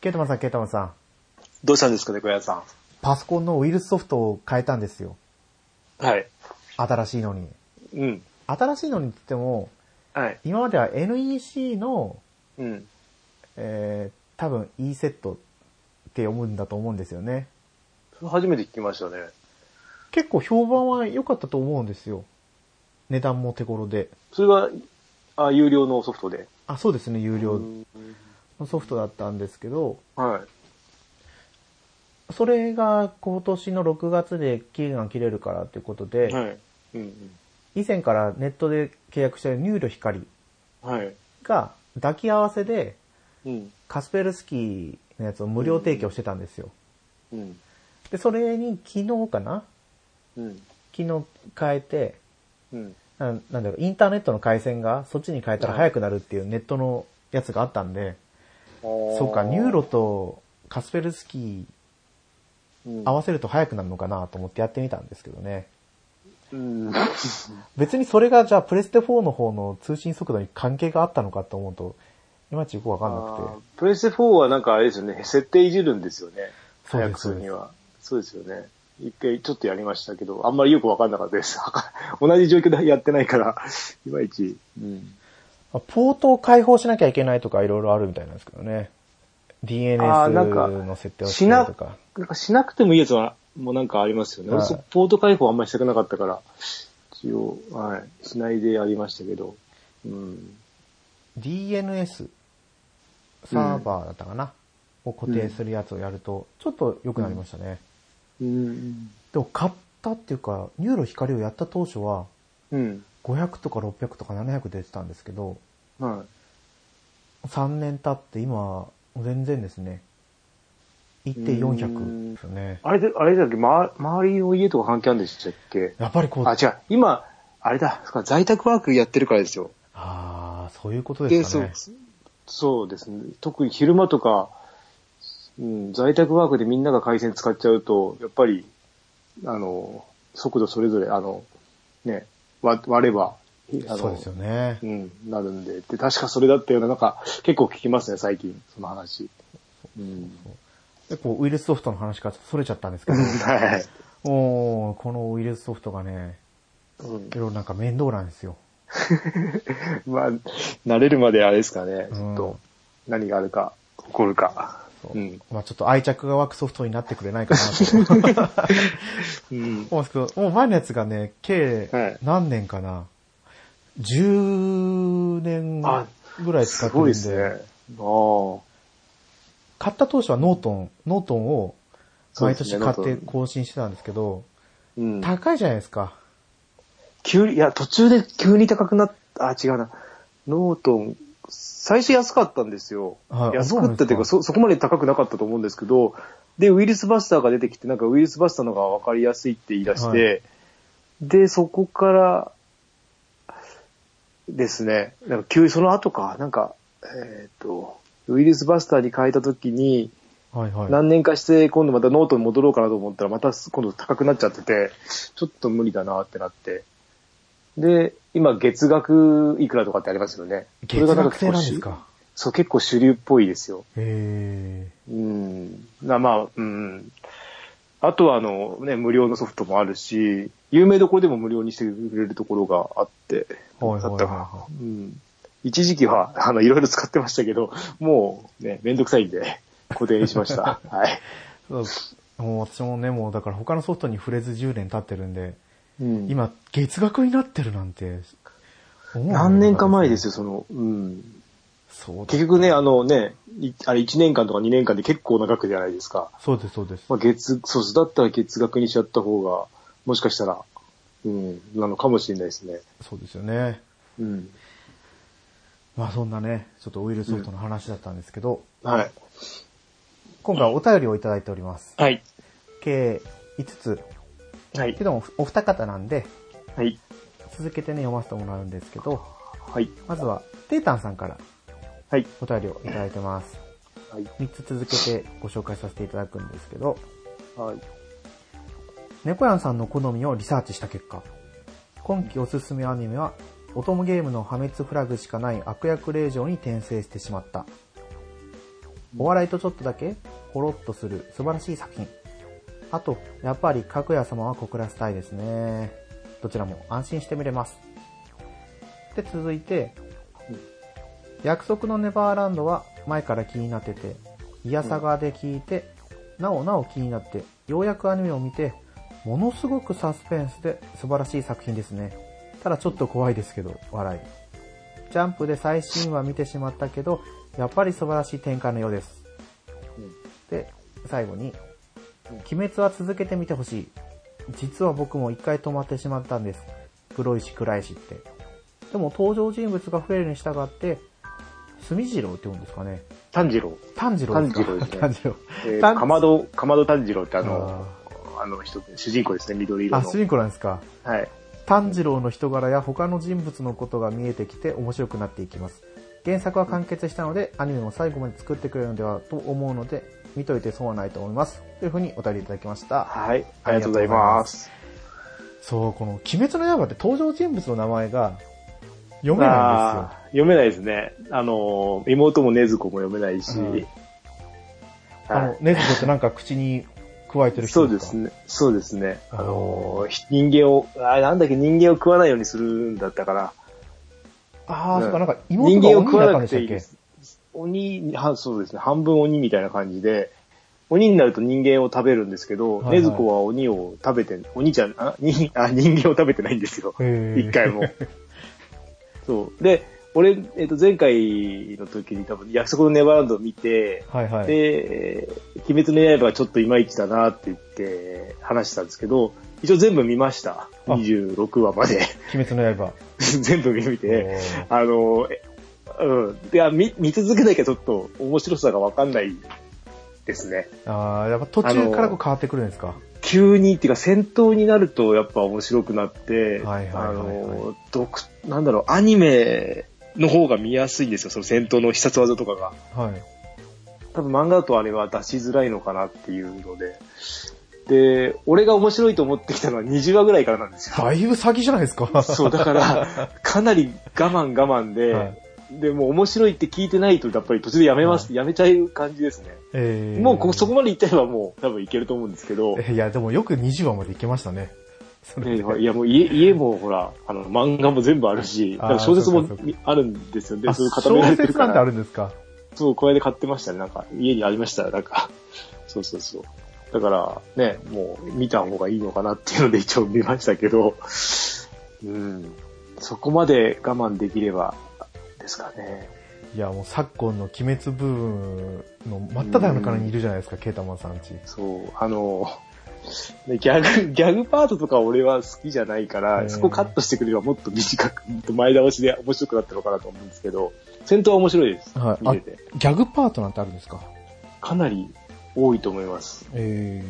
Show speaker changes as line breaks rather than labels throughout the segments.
ケイタマンさん、ケイタマンさん。
どうしたんですかね、小屋さ
パソコンのウイルスソフトを変えたんですよ。
ん。はい。
新しいのに。
うん。
新しいのにって言っても、
はい。
今までは NEC の、
うん。
えー、多分 E セットって読むんだと思うんですよね。
それ初めて聞きましたね。
結構評判は良かったと思うんですよ。値段も手頃で。
それは、あ、有料のソフトで。
あ、そうですね、有料
うん
のソフトだったんですけど、
はい。
それが今年の6月で期限が切れるからということで、
はい。うん
以前からネットで契約しているニューロ光
うん。はい。
が抱き合わせで
うん。
カスペルスキーのやつを無料提供してたんですよ。
うん。
で、それに昨日かな
うん。
昨日変えて、
うん。
ななんだろう、インターネットの回線がそっちに変えたら早くなるっていうネットのやつがあったんで、そうか、ニューロとカスペルスキー合わせると早くなるのかなと思ってやってみたんですけどね。
うん。
別にそれがじゃあプレステ4の方の通信速度に関係があったのかと思うと、いまいちよくわかんな
あ
くて。
プレステ4はなんかあれですよね、設定いじるんですよね。
そう
早
で
く
す
するには。そうですよね。一回ちょっとやりましたけど、あんまりよくわかんなかったです。 同じ状況でやってないから、いまいち。うん。
あポートを開放しなきゃいけないとかいろいろあるみたいなんですけどね。DNS
あーなんか
の設定をしてるとか。
なんかしなくてもいいやつは、もうなんかありますよね。
はい
俺ポート開放あんまりしたくなかったから、一応、はい、しないでやりましたけど。うん。
DNS サーバーだったかな、を固定するやつをやると、ちょっと良くなりましたね。
うん。
でも買ったっていうか、ニューロ光をやった当初は、
うん。
500とか600とか700出てたんですけど、
は
3年経って今、全然ですね。1.400ですよね
い。。あれで、あれだっけ、ま、周りの家とか関係あるんでしたっけ
やっぱりこう、
あ、違う。今、あれだ、そうか在宅ワークやってるからですよ。
ああ、そういうことです
で、
か
そう
ね。、
そうですね。特に昼間とか、うん、在宅ワークでみんなが回線使っちゃうと、やっぱり、あの、速度それぞれ、あの、ね、割割れば、あの
そうですよね
う。ん、なるんで。で、確かそれだったような、なんか、結構聞きますね、最近、その話。うん。
結構ウイルスソフトの話からそれちゃったんですけど、
はい。
おーこのウイルスソフトがね、
うん
いろいろなんか面倒なんですよ。
まあ、慣れるまであれですかね、
うん
ちょっと、何があるか、起こるか。
そう
うん。
まあちょっと愛着が湧くソフトになってくれないかな と思うん
うん。
ですけど、もう前のやつがね、計
はい
何年かな。10年
あ
ぐらい使
す
ってるん
ごい
で、
ですね。ああ。
買った当初はノートン、ノートンを毎年買っ
そうで
て
すね
更新してたんですけど、
うん。
高いじゃないですか。
急に、いや、途中で急に高くなった、あ、違うな。ノートン、最初安かったんですよ。
はい
安かったというか
そ
そ、そこまで高くなかったと思うんですけど、で、ウイルスバスターが出てきて、なんかウイルスバスターの方が分かりやすいって言い出して、で、そこから、ですね、なんか急にその後か、なんか、えーっ、と、ウイルスバスターに変えたときに、
はいはい。
何年かして、今度またノートに戻ろうかなと思ったら、また今度高くなっちゃってて、ちょっと無理だなってなって。で、今月額いくらとかってありますよね。
月額
そ
制
れ
な
が
んで
結
す
構
か。
しそう、結構主流っぽいですよ。
へ
うん。なまあ、うん。あとは、あの、ね、無料のソフトもあるし、有名どころでも無料にしてくれるところがあって、
はいはいはいはい
あったかなうん。一時期は、あの、いろいろ使ってましたけど、もう、ね、めんどくさいんで、固定にしま した。はい。
ーそうもう私もね、もうだから他のソフトに触れず10年経ってるんで、
うん
今、月額になってるなんて、
何年か前です
よ。
よ、その、うん。
そうです
結局ね、あのね、いあれ1年間とか2年間で結構長くじゃないですか。
そうです、そうです。
まあ、月、そうです。だったら月額にしちゃった方が、もしかしたら、うん、なのかもしれないですね。
そうですよね。
うん。
まあそんなね、ちょっとウイルスソフトの話だったんですけど、
はい。
今回お便りをいただいております。
はい。
計5つ。
はい
け。ども、お二方なんで、
はい。
続けてね、読ませてもらうんですけど、
はい。
まずは、テータンさんから
はい。
お便りをいただいてます。
はい。
3つ続けてご紹介させていただくんですけど、
はい。
猫やんさんの好みをリサーチした結果、今季おすすめアニメは、オトムゲームの破滅フラグしかない悪役令嬢に転生してしまった。お笑いとちょっとだけ、ほろっとする素晴らしい作品。あと、やっぱり、かくや様は小倉スタイですね。どちらも安心して見れます。で、続いて、約束のネバーランドは前から気になってて、いやさがで聞いて、なおなお気になって、ようやくアニメを見て、ものすごくサスペンスで素晴らしい作品ですね。ただちょっと怖いですけど、笑い。ジャンプで最新話見てしまったけど、やっぱり素晴らしい展開のようです。で、最後に、鬼滅は続けてみてほしい。実は僕も一回止まってしまったんです。黒いし暗いしって。でも登場人物が増えるに従って、炭治郎って言うんですかね。
炭治郎。
炭治郎ですか
炭治郎です ね
炭治郎。
え
炭
ー、かまど、かまど炭治郎ってあの、あの人、主人公ですね、緑色
あ、
の。
主人公なんですか。
はい。
炭治郎の人柄や他の人物のことが見えてきて面白くなっていきます。原作は完結したので、アニメも最後まで作ってくれるのではと思うので、見といて損はないと思います。というふうにお便りいただきました。
はい。ありがとうございます。
そう、この鬼滅の刃って登場人物の名前が読めないんですよ。
あー読めないですね。あのー、妹も禰豆子も読めないし。
うんあ
は
の、ネズコってなんか口に加えて
い。
る
そ
人
うです
か
ね。そうですね。
あ
あ
ー
のー、人間を、あーなんだっけ、人間を食わないようにするんだったから。
ああ、
うん
そうか、なんか
人
妹
間
が
を
鬼
食
だっ
わ
た
な
で
んく
した
て
っ
いいで
け
す。鬼、はそうですね。半分鬼みたいな感じで、鬼になると人間を食べるんですけど、
はいはい
禰豆子は鬼を食べて、鬼ちゃん、あ、人あ人間を食べてないんですよ。
へー
一回も。 そう。で、俺、えっ、と、前回の時に多分、約束のネバーランドを見て、
はいはい。
で、鬼滅の刃がちょっといまいちだなって言って話したんですけど、一応全部見ました。
あ
26話まで。
鬼滅の刃。
全部見てみて、
おー
あの、えうん。いや、見、見続けなきゃちょっと面白さがわかんないですね。
ああ、やっぱ途中からこう変わってくるんですか。
急にっていうか戦闘になるとやっぱ面白くなって、
はいはいはいはい
あの、独、なんだろう、アニメの方が見やすいんですよ、その戦闘の必殺技とかが。
はい。
多分漫画だとあれは出しづらいのかなっていうので。で、俺が面白いと思ってきたのは20話ぐらいからなんですよ。
だいぶ先じゃないですか。
そう、だから、かなり我慢我慢 で、
はい
で、もう面白いって聞いてないと、やっぱり途中でやめます、やめちゃう感じですね。
えー
もうこそこまでいっちゃえばもう多分いけると思うんですけど、
えいや、でもよく20話までいけましたね。それで
ねいやもう家、家もほら、あの、漫画も全部あるし、
あー
なんか小説も
そうかそう
あるんですよね。
あ
それ固めら
小
れてる
説
か
なんてあ
ら。
るんですか。
そう、これで買ってましたね。なんか、家にありました。なんか、 そうそうそう。だから、ね、もう見た方がいいのかなっていうので一応見ましたけど、うん。そこまで我慢できれば、ですかね。
いや、もう昨今の鬼滅ブームの真っ只中にいるじゃないですか、ケータマンさんち。
そう、あの、ねギャグ、ギャグパートとか俺は好きじゃないか
うん
ら、そこカットしてくれればもっと短く、もっと前倒しで面白くなったのかなと思うんですけど、戦闘は面白いです。
はい
見てて。
ギャグパートなんてあるんですか。
かなり多いと思います。
え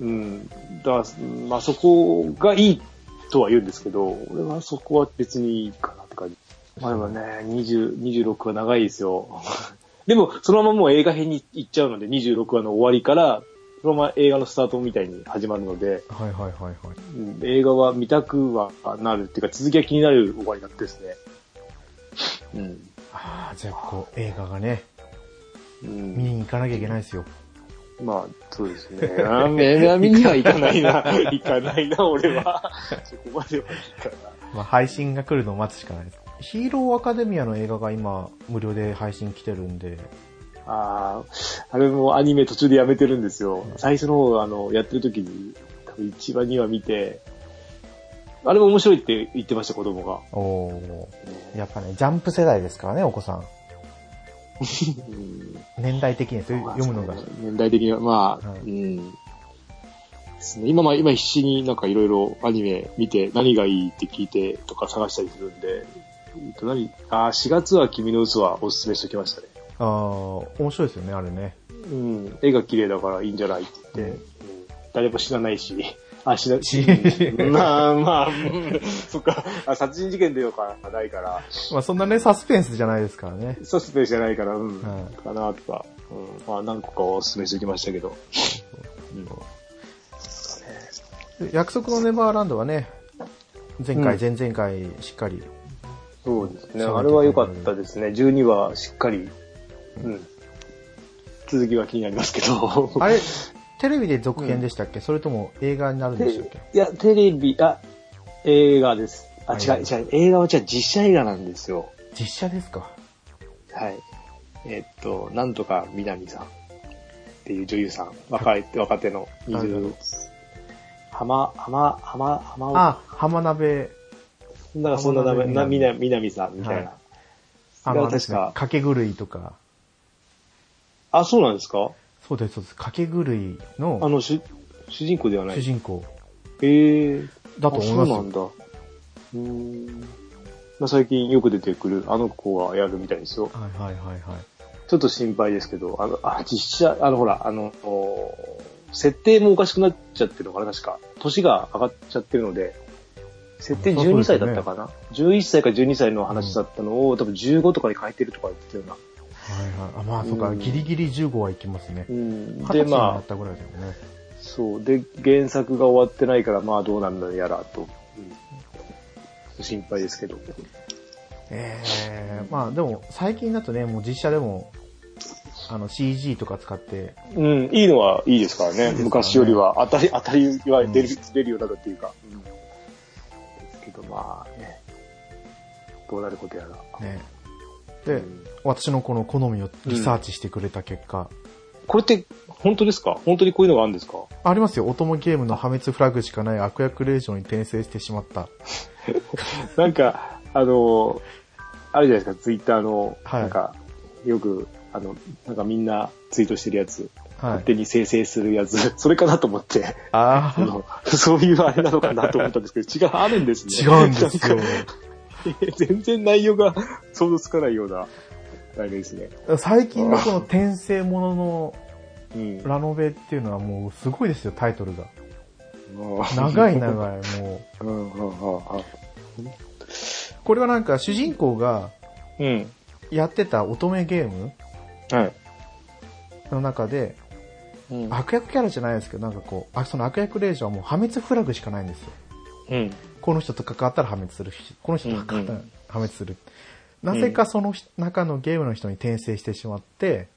うん。だから、まあそこがいいとは言うんですけど、俺はそこは別にいいかなって感じ。まあでもね、20 26は長いですよ。 でも、そのままもう映画編に行っちゃうので、26話の終わりから、そのまま映画のスタートみたいに始まるので、
ー、はいはいはいはい。
うん映画は見たくはなるっていうか、続きは気になる終わりなんですね。うん。
ああ、じゃあこう、映画がね、
うん
見に行かなきゃいけないですよ。
まあ、そうですね。ラーメン屋見には行かないな。行かないな、俺 は。そこまでは行かな
まあ、配信が来るのを待つしかないです。ヒーローアカデミアの映画が今、無料で配信来てるんで、
い。ああ、あれもアニメ途中でやめてるんですよ。最初の方、あの、やってる時に、多分1話、2話見て、あれも面白いって言ってました、子供が。
おーやっぱね、ジャンプ世代ですからね、お子さん。
うん
年代的にそういう読むのが。
年代的には、まあ、
はい
うん。ですね。今、まあ、今必死になんかいろいろアニメ見て何がいいって聞いてとか探したりするんで、えっと何あー、4月は君の嘘はおすすめしておきましたね。
ああ、面白いですよね、あれね。
うん。絵が綺麗だからいいんじゃないって言って、
うん
うん誰も死 なないし、あ、死な、
し
死、うんまあまあ、うんそっか、あ殺人事件でよかないから、
まあそんなね、サスペンスじゃないですからね。
サスペンスじゃないから、うん、
はい
かなとか、うん、まあ何個かおすすめしておきましたけど。うん
で約束のネバーランドはね、前回、
う
前々回、しっかり、
そうですね。
そう
あれは良かったですね。12話しっかり、うん、続きは気になりますけど。
あれ、テレビで続編でしたっけ、それとも映画になる んでしたっけ
いや、テレビ、あ、映画です。あ、
はい
違う、違う、映画はじゃあ実写映画なんですよ。
実写ですか
はい。えっと、なんとか南さんっていう女優さん、若い、若手の
なるほ
20、浜、浜、浜、浜岡
あ、浜鍋、
なんかそんな名前、な、みな、みなみさんみたいな。
はあの、
が
あれですね
確か、
かけ狂いとか、
あ、そうなんですか
そうです、そうです、かけ狂い
あ
の
の、主、主人公ではな
主
い。
人公
ええ
だと思います
あそうなん
よ。
だ。うーん。まあ、最近よく出てくる、あの子がやるみたいですよ。
はいはいはいはい。
ちょっと心配ですけど、あの、あ、実写、あの、ほら、あの、お設定もおかしくなっちゃってるのかな、確か。年が上がっちゃってるので、設定
そうそう
12
ですね
歳だったかな。11歳か12歳の話だったのを、多分15とかに変えてるとか言ってたような。
はいはい。あまあ、そうか、
うん
ギリギリ15はいきますね
う。ん。
二十歳
で、
にな
ま
っ
あ、
たぐらいだよね。
そう。で、原作が終わってないから、まあ、どうなんだやら、と。うん心配ですけど。
ええまあでも、最近だとね、もう実写でも、あの、CG とか使って、
うん、いいのはいいですからね。
すからね
昔よりは、当たり、当たりは出る、出るようになるっていうか。うんですけど、まあね、どうなることやら。
ね。
う
で、
ん
私のこの好みをリサーチしてくれた結果、
これって、本当ですか本当にこういうのがあるんですか
ありますよ、お供ゲームの破滅フラグしかない悪役令嬢に転生してしまった。
なんか、あの、あるじゃないですか、ツイッターの、
はい
なんか、よく、あの、なんかみんなツイートしてるやつ、
は
勝
い。
手に生成するやつ、それかなと思って、
あ
あのそういうあれなのかなと思ったんですけど、違う、あるんですね。
違うんです よ
なんか。 全然内容が想像つかないような、あれですね。
最近のこの転生ものの
うん。
ラノベっていうのはもうすごいですよ、タイトル が。
長
長い。長い、もう。
うん、うん、うん
これはなんか主人公が
うん。うん。
やってた乙女ゲーム
はい。
の中で、
うん
悪役キャラじゃないですけど、なんかこう、あその悪役令嬢はもう破滅フラグしかないんですよ。
うん。
この人と関わったら破滅するし、この人と関わった
う
ら
んうん
破滅する。なぜかその人中のゲームの人に転生してしまって、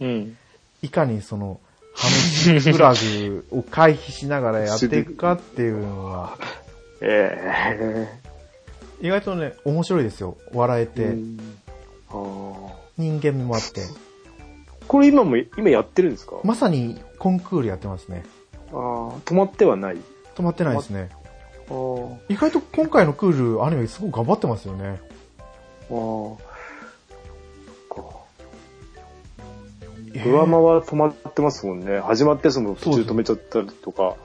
うん。
いかにその、破滅フラグを回避しながらやっていくかっていうのは、
ええ
意外とね、面白いですよ。笑え
ー。う
て、
んあー
人間味もあって。
これ今も、今やってるんですか
まさにコンクールやってますね。
あー止まってはない。
止まってないですね。
あー
意外と今回のクール、アニメすごい頑張ってますよね。
あー。そっかドラマは止まってますもんね。始まってその途中止めちゃったりとか、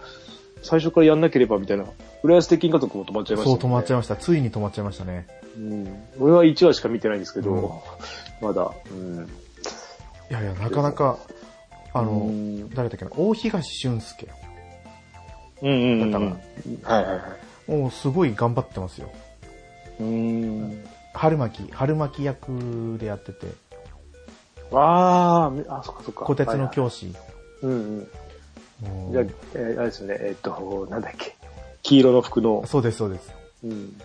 最初からやんなければみたいな。浦安鉄筋家族も止まっちゃいました
そ
も
うん止
ね。
まっちゃいました。ついに止まっちゃいましたね。
うん。俺は1話しか見てないんですけど、
うん
まだ。うん。
いやいや、なかなか、あの、
うん
誰だっけな、大東俊介。
うんうん、うん。
だから
はいはいはい。
もうすごい頑張ってますよ。
うん。
春巻き、春巻き役でやってて、
あーあ、そっかそっか。
虎鉄の
はい
教師。
はいうん
も
うん。
う
じゃあ、えーあれですよね、えーっと、なんだっけ。黄色の服の、
そうです、そうです。
うん。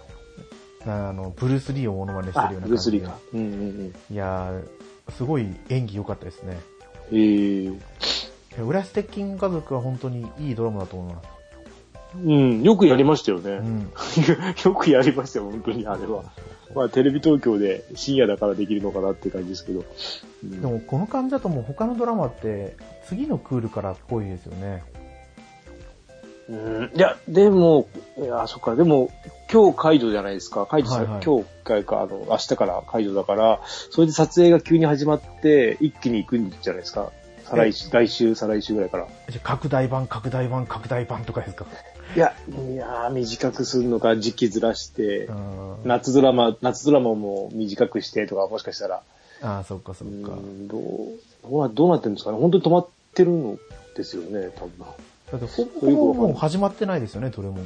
あの、ブルース・リーをモノマネして
あ
るよう、な
ブル
感
ースリ
じ
ー
で。
か。うんうん
いやー、すごい演技良かったですね。
うん。ええ
いや浦安鉄筋家族は本当にいいドラマだと思います。
うん、よくやりましたよね。
う ん。
よくやりましたよ、本当に、あれは。まあ、テレビ東京で深夜だからできるのかなって感じですけど。う
で
ん
も、この感じだともう他のドラマって、次のクールからっぽいですよね。
うんいや、でも、いや、そっか、でも、今日解除じゃないですか。解除さ、
はいはい
今日かか、あの、明日から解除だから、それで撮影が急に始まって、一気に行くんじゃないですか。再来週、来週、再来週ぐらいから。
じゃあ拡大版、拡大版、拡大版とかですか。
いや、いやー、短くするのか、時期ずらして
う、ん。
夏ドラマ、夏ドラマも短くしてとか、もしかしたら、
ああ、そっかそうっか。
んどう、どうなどうなってるんですかね。本当に止まってるのですよね、多分。
だってほぼほぼもう始まってないですよね、どれも。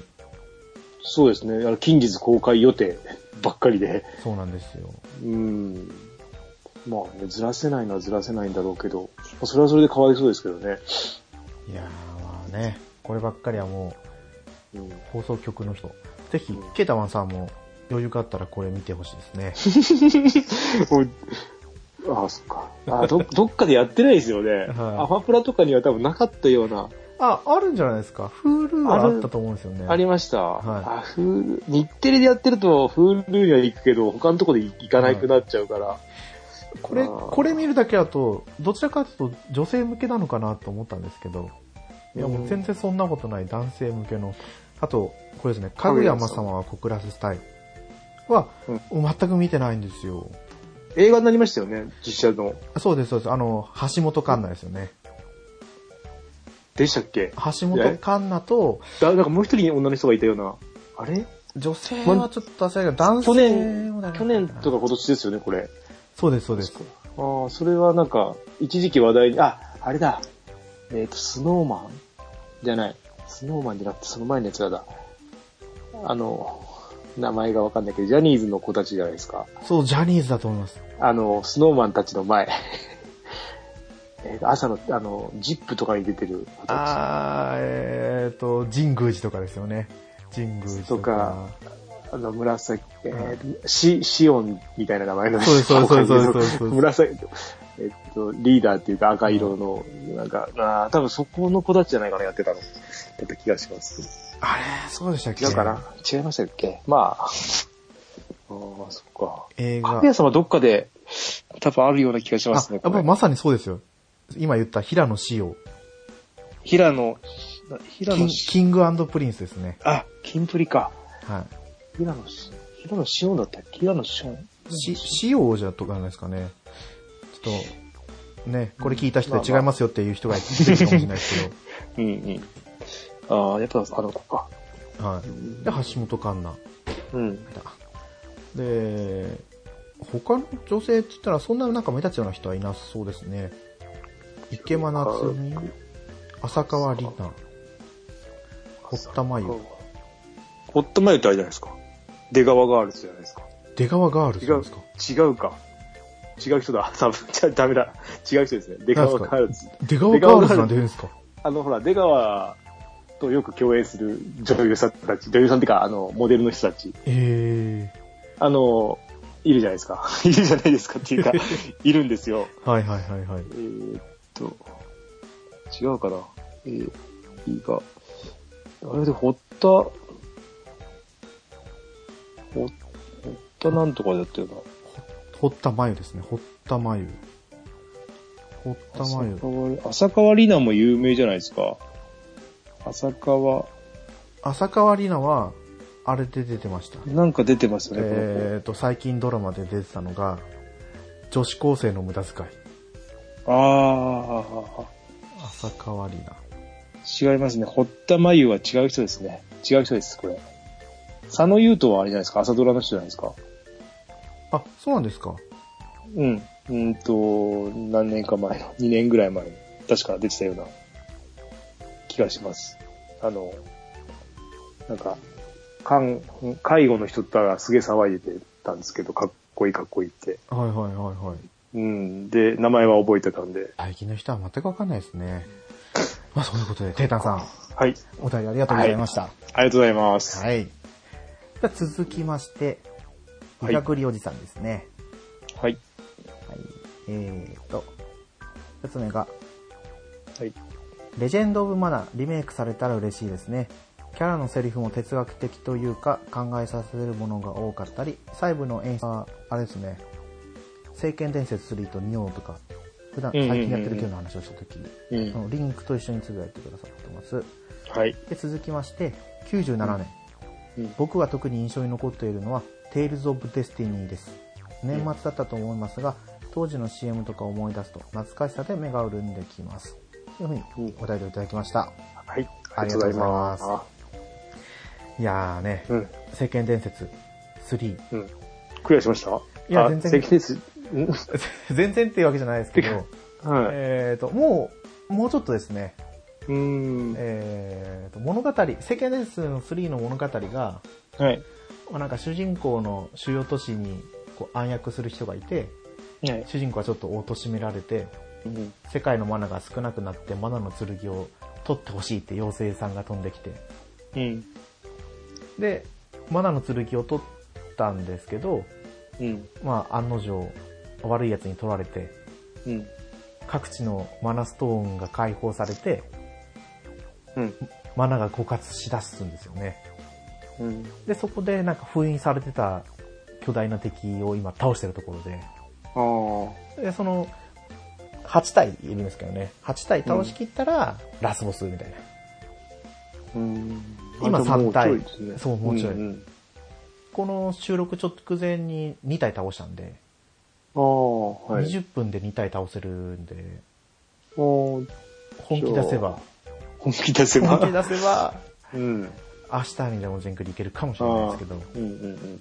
そうですね。あの近日公開予定ばっかりで。
そうなんですよ。
うん。まあね、ずらせないのはずらせないんだろうけど、まあそれはそれでかわいそうですけどね。
いやー、まあね、こればっかりはも
うん、
う放送局の人。ぜひ、ケー タマンさんも余裕があったらこれ見てほしいですね。
もうああ、そっか。あど、どっかでやってないですよね。
はい
アマプラとかには多分なかったような。
あ、あるんじゃないですか。Hulu は
ある
あったと思うんですよね。
ありました。
はい
あ、フー日テレでやってると、フールには行くけど、他のとこで行かなくなっちゃうから。
これ、
あー
これ見るだけだと、どちらかというと女性向けなのかなと思ったんですけど、いやもう全然そんなことない男性向けの、あと、これですね、かぐやま様は告らせたいは、全く見てないんですよ。
映画になりましたよね、実写の。
そうです、そうです。あの、橋本環奈ですよね。
でしたっけ
橋本環奈と、
だなんかもう一人女の人がいたような。あれ
女性はちょっと出せないけど、男性
去年
もダメ、だ
去年とか今年ですよね、これ。
そうです、そうです。
ああ、それはなんか、一時期話題に、あ、あれだ。えっ、と、スノーマンじゃない。スノーマンじゃなくて、その前のやつらだ。あの、名前がわかんないけど、ジャニーズの子たちじゃないですか。
そう、ジャニーズだと思います。
あの、スノーマンたちの前。 えーと朝の、あの、ジップとかに出てる子た
あー、えーと、神宮寺とかですよね。神宮寺とか。
ち。あの、紫、えーとシ、シオンみたいな名前の
そうですそうですそうですそうです
紫、えっ、と、リーダーっていうか赤色の、なんか、あー多分そこの子たちじゃないかな、やってたの。だった気がします。
あれそうでしたっけ
違うかな、違いましたっけまあ、あーそっか。
映画。
かぐや様どっかで、多分あるような気がします
あ、や
ね
っ。ぱ
これ
りまさにそうですよ。今言った平野紫耀。
平野、な平
キン
野し
キングプリンスですね。
あ、キンプリか。
は
平野し、平野紫音だったっけ平野紫音
い。し、紫耀じゃとかなんですかね。ちょっと、ね、これ聞いた人で違いますよっていう人がいるかもしれないですけ
うんうん。ああ、やっぱあの子か。
ど。はい。で、橋本環奈。
うん。
で、他の女性って言ったらそんななんか目立つような人はいなそうですね。池間夏美、浅川里奈、堀田真由、
ホットマユってあれじゃないですか。出川ガールズじゃないですか。
出川ガールズ
違
なん
う
ですか。
違うか。違う人だ。 多分、じゃあダメだ。違う人ですね。出川ガールズ。
出川ガールズなんて言うんですか
あの、ほら、出川とよく共演する女優さんたち、女優さんっていうか、あの、モデルの人たち。
え
あの、いるじゃないですか。 いるじゃないですかっていうか、いるんですよ。
えはいはいはいはい。
えーっと、違うかな。えー、いいか。あれで、ホッタ、ホッ、ホッタなんとかだったよな。
堀田真由ですね。堀田真由。堀田真由。
由。浅川里奈も有名じゃないですか。浅川、
浅川里奈は、あれで出てました。
なんか出てますよね、
えっと、最近ドラマで出てたのが、女子高生の無駄遣い。
この子あ
浅川里奈。
ー、違いますね。堀田真由は違う人ですね。違う人です、これ。佐野優斗はあれじゃないですか。朝ドラの人じゃないですか。
あ、そうなんですか。
うん。うーんと、何年か前の、2年ぐらい前に、確か出てたような気がします。あの、なんか、看介護の人ったらすげえ騒いでたんですけど、かっこいいかっこいいって。
はいはいはいはい。
うん。で、名前は覚えてたんで。
最近の人は全くわかんないですね。まあそういうことで、テータンさん、
はい。
お便りありがとうございました。は
ありがとうございます。
い。じゃあ続きまして、
は
ミ
い
ラクリおじさんですね。
はい。
はい。えーと、一つ目が、
はい。
レジェンド・オブ・マナーリメイクされたら嬉しいですね。キャラのセリフも哲学的というか考えさせるものが多かったり、細部の演出は、あれですね、聖剣伝説3と仁王とか、普段
うんうん
最
うんうん
近やってるゲームの話をした時に、
うん
そのリンクと一緒につぶやいてくださってます。
はい。
で、続きまして、97年、
うん
僕は特に印象に残っているのは、Tales of Destiny です。年末だったと思いますが、当時の CM とか思い出すと、懐かしさで目が潤んできます。というふうにお便りをいただきました。
はい。
ありがとうございます
あ
いやーね、
りがとうございます。
聖剣伝説3。
うん。うん。クリアしました
いや
あ
全然
関です。 ん
全然っていうわけじゃないですけど、
はい。
えーと、もう、もうちょっとですね、
うーん。
えーと、物語、聖剣伝説の3の物語が、
はい。
まあなんか主人公の主要都市にこう暗躍する人がいて、
はい。
主人公はちょっと貶められて、
うん
世界のマナが少なくなってマナの剣を取ってほしいって妖精さんが飛んできて、
うん。
で、マナの剣を取ったんですけど、
うん。
まあ案の定、悪いやつに取られて、
うん。
各地のマナストーンが解放されて、
うん。
マナが枯渇しだすんですよね。
うん。
で、そこでなんか封印されてた巨大な敵を今倒してるところで、
ああ。
で、その、8体いるんですけどね。8体倒しきったら、ラスボスみたいな。
うん。
今
あとも
三
う
体
ちょいですね
そうもうちょい
んん
この収録直前に2体倒したんで、
ああ、はい。
20分で2体倒せるんで、
あー
本気出せば、
本気出せば。
本気出せば、
うん。うん
明日にでもジェンクリいけるかもしれないですけど、
うんうん。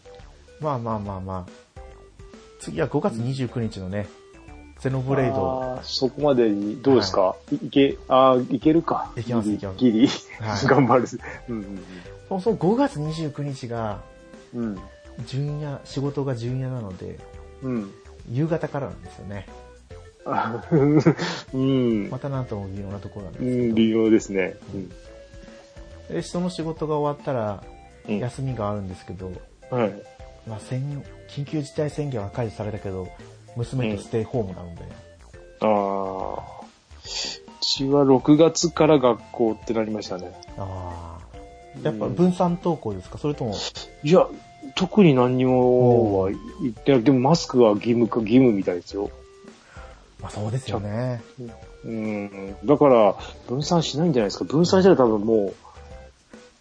まあまあまあまあ、次は5月29日のね、ゼノブレイド、は
あーそこまでに、どうですか、い、いけ、ああ、いけるか。
いけます
ギリ
いけます
ギリ。
い
頑張る。うん
そもそも5月29日が、
うんうん。
純夜、仕事が純夜なので、
うん。うん
夕方からなんですよね。
あ。うん
ま。たなんとも微妙なところなん
う
です
ん、
け
微妙ですね。
ど、で人の仕事が終わったら、
うん。うん、
休みがあるんですけど、
はい。
まあ、宣緊急事態宣言は解除されたけど、娘とステイホームなので、
ああ。うちは6月から学校ってなりましたね。
ああ。やっぱ
うん
分散登校ですかそれとも、
いや、特に何にもは言ってない。でもマスクは義務か、義務みたいですよ。
まあそうですよね。
うん。だから、分散しないんじゃないですか。分散したら多分もう、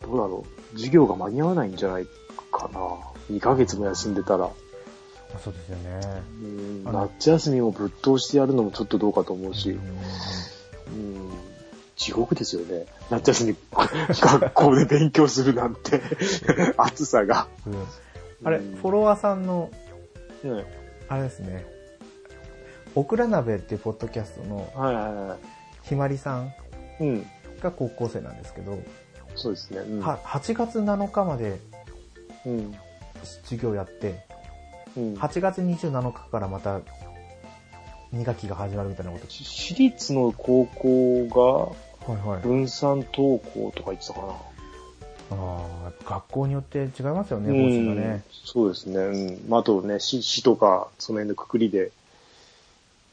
どうだろう。授業が間に合わないんじゃないかな。2ヶ月も休んでたら。
まあそうですよね。
うん。
あの
夏休みもぶっ通してやるのもちょっとどうかと思う
う
し
ん。
うん。地獄ですよね。夏休み、 学校で勉強するなんて。暑さが。
うんあれ、
うん
フォロワーさんの、
うん。はい
あれですね、オクラ鍋っていうポッドキャストの
はいは
ひまりさん
い。うん。
が高校生なんですけど、
そうですね。うん。
は8月7日まで
うん。
授業やって、
うん
8月27日からまた2学期が始まるみたいなこ
私立の高
と。はい
校
はい
が。分散登校とか言ってたかな。
ああ、やっぱ学校によって違いますよね、方針がね。
そうですね。うん。まあ、あとね、市、市とか、その辺のくくりで。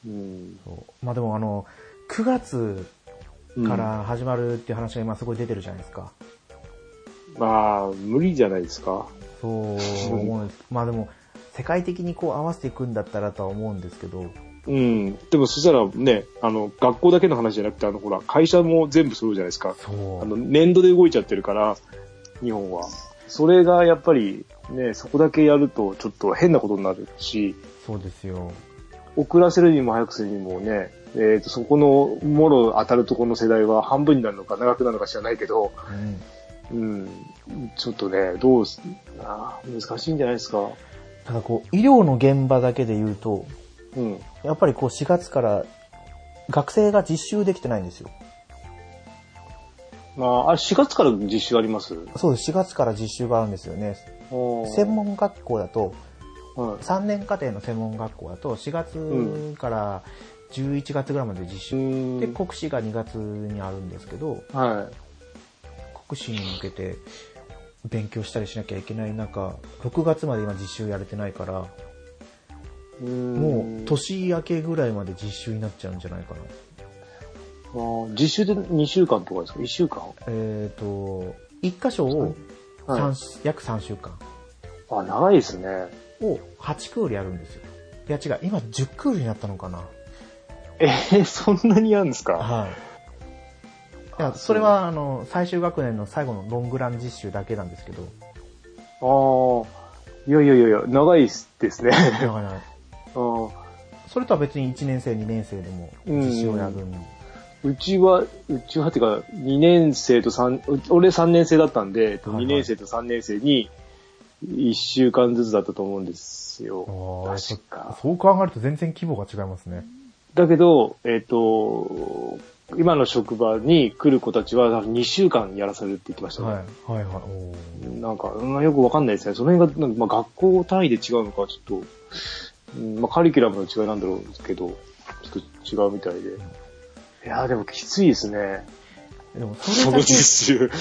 うん。
そうまあでもあの、9月から始まるっていう話が今すごい出てるじゃないですか。
うん。まあ、無理じゃないですか。
そう思うんです。まあでも、世界的にこう合わせていくんだったらとは思うんですけど、
うん。でもそしたらね、あの、学校だけの話じゃなくて、あの、ほら、会社も全部そうじゃないですか。
そ
あ
う
の、。年度で動いちゃってるから、日本は。それがやっぱり、ね、そこだけやると、ちょっと変なことになるし、
そうですよ。
遅らせるにも早くするにもね、えっ、と、そこの、もろ当たるところの世代は半分になるのか長くなるのか知らないけど、
うん。
うん、ちょっとね、どうす、あー難しいんじゃないですか。
ただこう、医療の現場だけで言うと、
うん。
やっぱりこう4月から学生が実習できてないんですよ。
まあ、あ、4月から実習あります
そうです、4月から実習があるんですよね。専
専
門学校だと、
門はい。
3年課程の専門学校だと4
う
月から11月ぐらいまで実習、
ん
で国試が2月にあるんですけど
は
国試に向けて勉強したりしなきゃいけない中6月まで今実習やれてないから
い。うん
もう年明けぐらいまで実習になっちゃうんじゃないかな
あー実習で2週間とかですか ?1 週間
えっ、と1箇所を
はい
三し約3週間
あ、長いですね。
を8クールやるんですよいや違う今10クールになったのかな
えー、そんなにやるんですか
はい。いや、それは、あの、最終学年の最後のロングラン実習だけなんですけ ど、
ああ、いやいやいやいや、長いですね。
だから、
あー
それとは別に1年生、2年生でも実習をやるんで、
うちは、うちはっていうか、2年生と三う俺3年生だったんで、えっと
はいはい
2年生と3年生に1週間ずつだったと思うんですよ
あ。あ
確か。
そう考えると全然規模が違いますね。
だけど、えっ、と、今の職場に来る子たちは2週間やらされるって言ってましたね。
はい。はいはい。おー
なんか、うんよくわかんないですね。その辺が、なんかまあ、学校単位で違うのか、ちょっと、うんまあ、カリキュラムの違いなんだろうけど、ちょっと違うみたいで。いやーでもきついですね。
でも、そ
そ
れだ
の
け、
実習。
ね、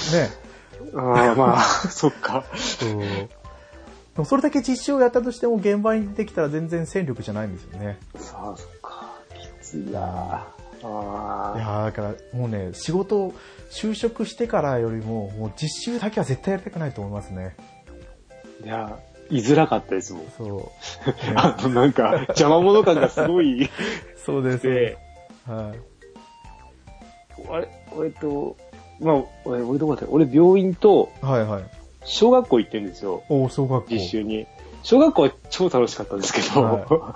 ああ、まあ、そっか。
そうでもそれだけ実証をやったとしても現場に出てきたら全然戦力じゃないんですよね。
さあ、そっか。きついなあ
い
あ
やーだからもうね、仕事を就職してからよりも、もう実習だけは絶対やりたくないと思いますね。
ー。いや、居づらかったですもん。
そう。
あの、なん か、邪魔者感がすごい。
そうです
で
ね。、はい。
あれ、えっと、まあ、俺、俺どこだった俺、病院と
はいはい。
小学校行ってるんですよ。
おー小学校。
実習に。小学校は超楽しかったんですけど、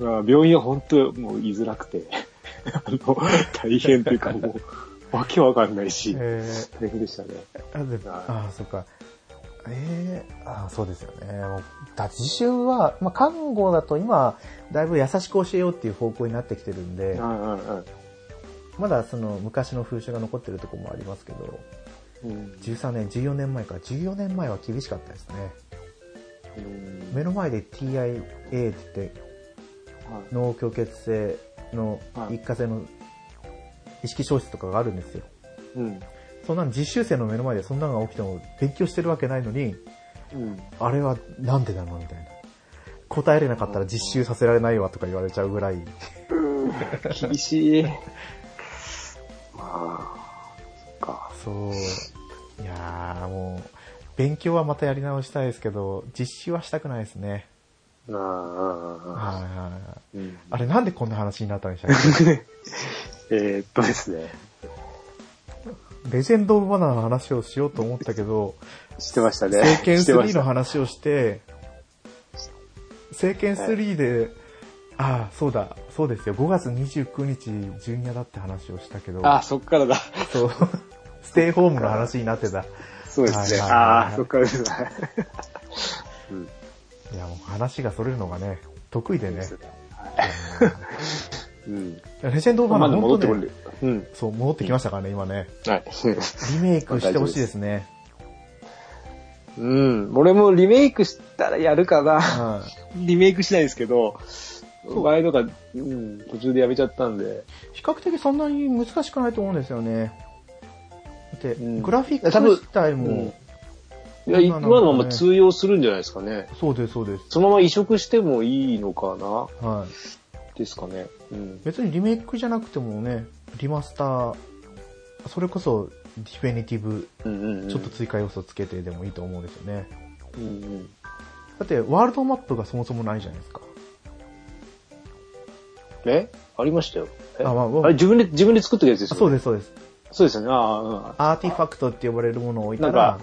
まあ病院は本当もう居づらくて、 あの、大変というかも う、わけわかんないし、
えー
大変でしたね。
あであそっか。ええあそうですよね。もうだ自習は、まあ、看護だと今、だいぶ優しく教えようっていう方向になってきてるんで
う、んうん
まだその昔の風習が残ってるところもありますけど、
うん。
13年、14年前か、14年前は厳しかったですね。
うん
目の前で TIA って言って、
はい
脳虚血性の
はい
一過性の意識消失とかがあるんですよ。
うん。
そんなの実習生の目の前でそんなのが起きても勉強してるわけないのに、
うん。
あれはなんでなのみたいな。答えれなかったら実習させられないわとか言われちゃうぐらい。
厳しい。まあ、そっか。
そう。いやーもう、勉強はまたやり直したいですけど、実習はしたくないですね。
ああ、
はいはいはい。
うん、
あれなんでこんな話になったんでしたっ
えーっとですね。
け レジェンド・オブ・マナーの話をしようと思ったけど、
してましたね。
聖剣
してまし
3
た
の話をして、聖剣3で、ああ、そうだ、そうですよ。5月29日、ジュニアだって話をしたけど、
ああ、そっからだ。
そう、 ステイホームの話になってた。
そうです
はいはいは
ね。
いはい
ああ、そっから ですね。うん
いや、もう話がそれるのがね、得意でね。
うん。
レジェンド・オブ・マ
ま
ナ
だ
ー、本
戻って
当
これ
ね
る。うん。
そう、戻ってきましたからね、今ね。
はい。
リメイクしてほしいですね。
うん。俺もリメイクしたらやるかな。
は
リメイクしないですけど、前とか、うん、途中でやめちゃったんで。
い比較的そんなに難しくないと思うんですよね。で、
うん
グラフィック
多分
自体も、
いや、今のまま通用するんじゃないですかね。
そうです、そうです。
そのまま移植してもいいのかな
はい。
ですかね。うん。
別にリメイクじゃなくてもね、リマスター、それこそディフェニティブ、
うんうんうん。
ちょっと追加要素つけてでもいいと思うんですよね。
うんうん。
だって、ワールドマップがそもそもないじゃないですか。
えありましたよ。え
あまあまあ
あれ自分で、自分で作ってるやつです
あ
よね。
そうです、そうです。
そうですよね。ああ、うん。
アーティファクトって呼ばれるものを置いた
なん
ら、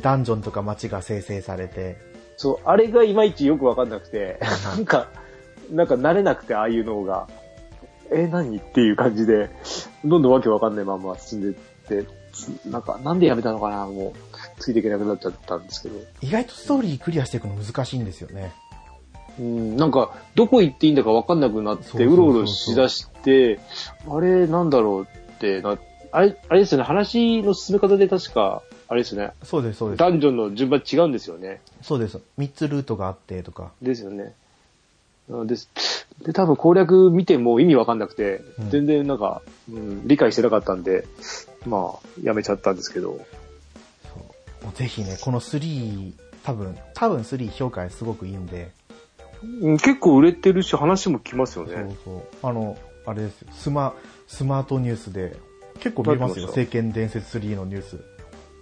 ダンジョンとか街が生成されて、
そう、あれがいまいちよくわかんな くて、
はい
なんか、なんか慣れなくて、ああいうのが、え、何っていう感じで、どんどんわけわかんないまま進んでって、つなんか、なんでやめたのかな、もう、ついていけなくなっちゃったんですけど。
意外とストーリークリアしていくの難しいんですよね。
うん、なんか、どこ行っていいんだかわかんなくなっ
そうそう
て、
そう
うろうろしだして、あれ、なんだろうってな、あれ、あれですよね、話の進め方で確か、あれですよね、
そうです、そうです
ダ。ンジョンの順番違うんですよね。
そうです。3つルートがあってとか。
ですよね。あです。で、多分攻略見ても意味わかんなくて、
うん
全然なんか、うん、理解してなかったんで、まあ、やめちゃったんですけど。
そうもうぜひね、この3、多分、多分3評価すごくいいんで、
うん結構売れてるし、話も来ますよ
そ
ね
う。そう。あの、あれですよ。スマ、スマートニュースで、結構見ますよ。
なってました
聖剣伝説3のニュース。
へ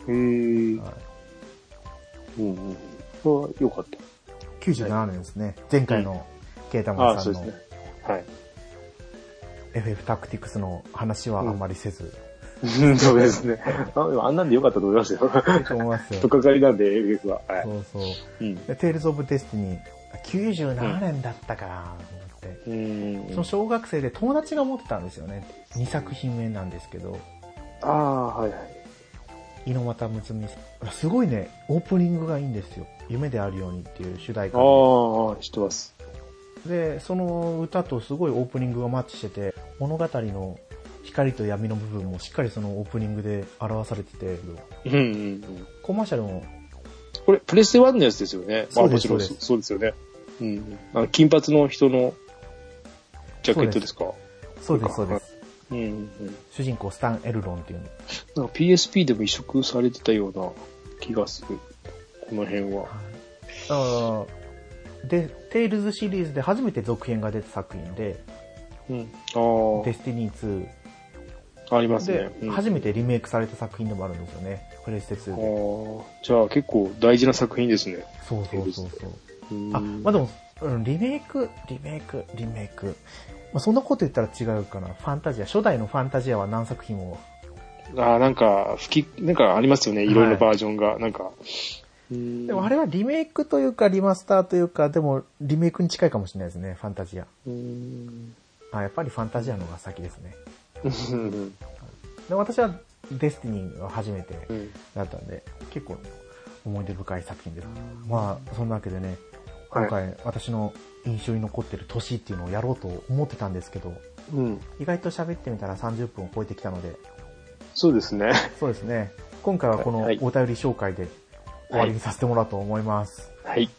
え。うん
はい
うん。それは良かった。
97年ですね。前回の、ケータ
あ
マン
あ、
さ
そ
ん
う
の
ですね。はい。
FF タクティクスの話はあんまりせず、
うん そうですね。あでもあんなんで良かったと思いますよ。
いいと思いますよ。
とっかかりなんで、FF は。は
そうそう。
い。うん。
で、テイルズ・オブ・デスティニー、97年だったかなと思って。
うん
その小学生で友達が持ってたんですよね。2作品目なんですけど、
ああ、はいはい。
猪俣睦美さん。すごいね、オープニングがいいんですよ。夢であるようにっていう主題歌で
ああ、知ってます。
で、その歌とすごいオープニングがマッチしてて、物語の光と闇の部分もしっかりそのオープニングで表されてて、
うんうんうん。
コマーシャルも、
これ、プレステ1のやつですよね。ま
そ
あ
うで
も
す
ちろん
そう
そ
です
そうですよね。うん。あの金髪の人のジャケットですか
そうです、そうです。
うんうんうん。
主人公スタン・エルロンっていうの。
なんか PSP でも移植されてたような気がする。この辺は。
あーで、テイルズシリーズで初めて続編が出た作品で、
うん。あ
デスティニー
あ、ありますね
2。
う
で、
ん
初めてリメイクされた作品でもあるんですよね。プレステ2
あ
で。
ーじゃあ結構大事な作品ですね。
そうそうそうそう。
うん
あ、まあ、でも、うんリメイク、リメイク、リメイク。まあ、そんなこと言ったら違うかな。ファンタジア。初代のファンタジアは何作品も。
あーなんか、吹き、なんかありますよね。いろいろバージョンが。なんか。うん
でもあれはリメイクというかリマスターというか、でもリメイクに近いかもしれないですね、ファンタジア。
うん
あ、やっぱりファンタジアの方が先ですね。
うん
で、私はデスティニーは初めて
うん
だったんで、結構思い出深い作品です。まあ、そんなわけでね、
は
今
い
回私の印象に残ってる年っていうのをやろうと思ってたんですけど、
うん。
意外と喋ってみたら30分を超えてきたので、
そうですね。
そうですね。今回はこのお
はい
便り紹介で終わりにさせてもらおうと思います。
はい。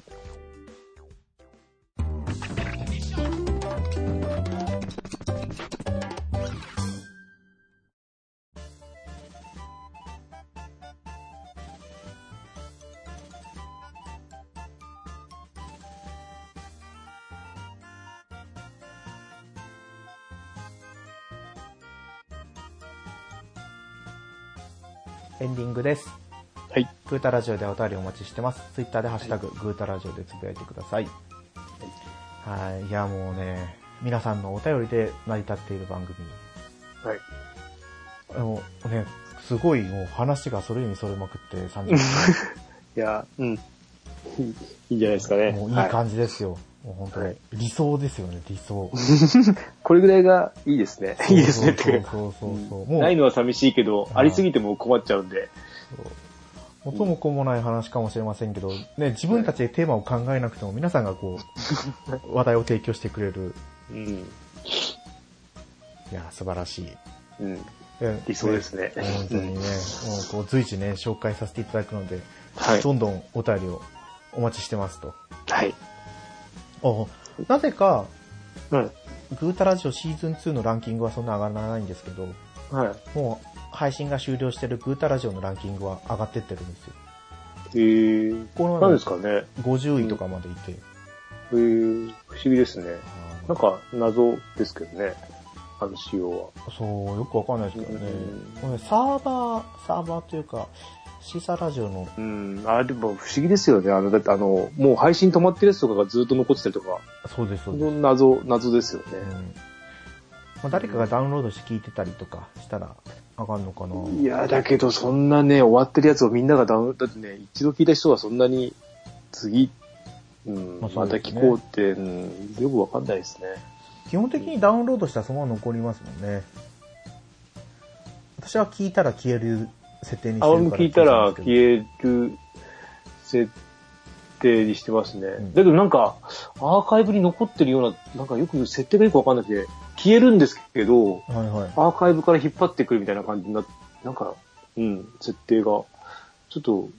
エンディングです。
はい。
グータラジオでお便りお待ちしてます。ツイッターでハッシュタグ、グータラジオでつぶやいてください。はい。いや、もうね、皆さんのお便りで成り立っている番組。
はい。
あのね、すごいもう話がそれにそれまくって30
いや、 うん。いいいいんじゃないですかね。
分。もういい
はい
感じですよ。もう本当に、
はい
理想ですよね、理想。
これぐらいがいいですね。いいですねって
そう
か。
そうそうそう。
うん ないのは寂しいけど、
ん
ありすぎても困っちゃうんで。
そう元も子もない話かもしれませんけど、ね、自分たちでテーマを考えなくても皆さんがこ う、話題を提供してくれる、
うん。
いや、素晴らしい。
うん。
え
理想ですね。
本当にね、もうこう随時ね、紹介させていただくので、
はい。
どんどんお便りをお待ちしてますと。
はい。
あなぜか、
うん。
グータラジオシーズン2のランキングはそんな上がらないんですけど、
は
もう配信が終了してるグータラジオのランキングは上がってってるんですよ。
い。えー、
この
なんですかね。え
50位とかまでいて。
ー、不思議ですね。
あー
なんか、謎ですけどね。あの仕様は。
そう、よくわかんないですけどね
うん。
これサーバー、サーバーというか、シーサーラジオの、
うん。あ、でも不思議ですよね。あの、だってあの、もう配信止まってるやつとかがずっと残ってたりとか、
そうです、そ
そう
です。
の謎、謎ですよ
うん
ね。
まあ、誰かがダウンロードして聞いてたりとかしたら、あかんのかな。
いや、だけどそんなね、終わってるやつをみんながダウン、だってね、一度聞いた人はそんなに、次、うん、
ま
ま
あそう
た
ですね
聞こうって、うん、よくわかんないですね。
基本的にダウンロードしたらそのまま残りますもんね。私は聞いたら消える設定にしてるから
あ、俺も聞いたら消
る。
える設定にしてますね。
ん
だけどなんか、アーカイブに残ってるような、なんかよく設定がよくわかんなくて、消えるんですけ
は
ど、
いはい。
アーカイブから引っ張ってくるみたいな感じになっなんか、うん、設定が、ちょっと、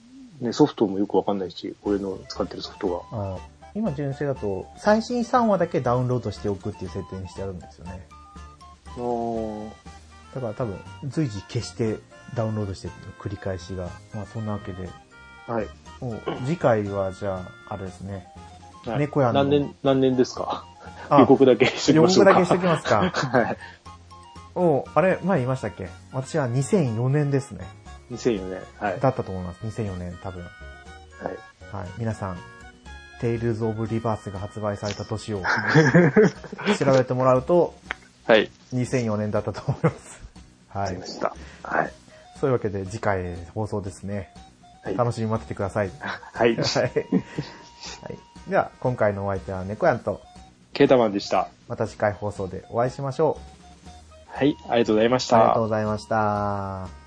ね、ソフトもよくわかんないし、俺の使ってるソフトが。
あ今純正だと、最新3話だけダウンロードしておくっていう設定にしてあるんですよね。
あー
だから多分、随時消してダウンロードしてっていう繰り返しが、まあそんなわけで、
はい。
も う次回はじゃあ、あれですね。
はい
猫やんの
何年、何年ですか
あ
予告だけしてき
予
ましょ
告
うか。
だけしときます か。
はい。
おうあれ、前言いましたっけ私は2004年ですね。
2004年。はい。はい。
だったと思います。2004年、多分。はい。皆さん、Tales of Reverse が発売された年 を調べてもらうと、
はい。
2004年だったと思います。は
あり
い
ま。した。はい。
そういうわけで、次回放送ですね。
はい。
楽しみに待っててください。は
はい
い。。はい。では、今回のお相手は猫やんと、
ケータマンでした。
また次回放送でお会いしましょう。
はい。ありがとうございまし
ありがと
た
う。ございました。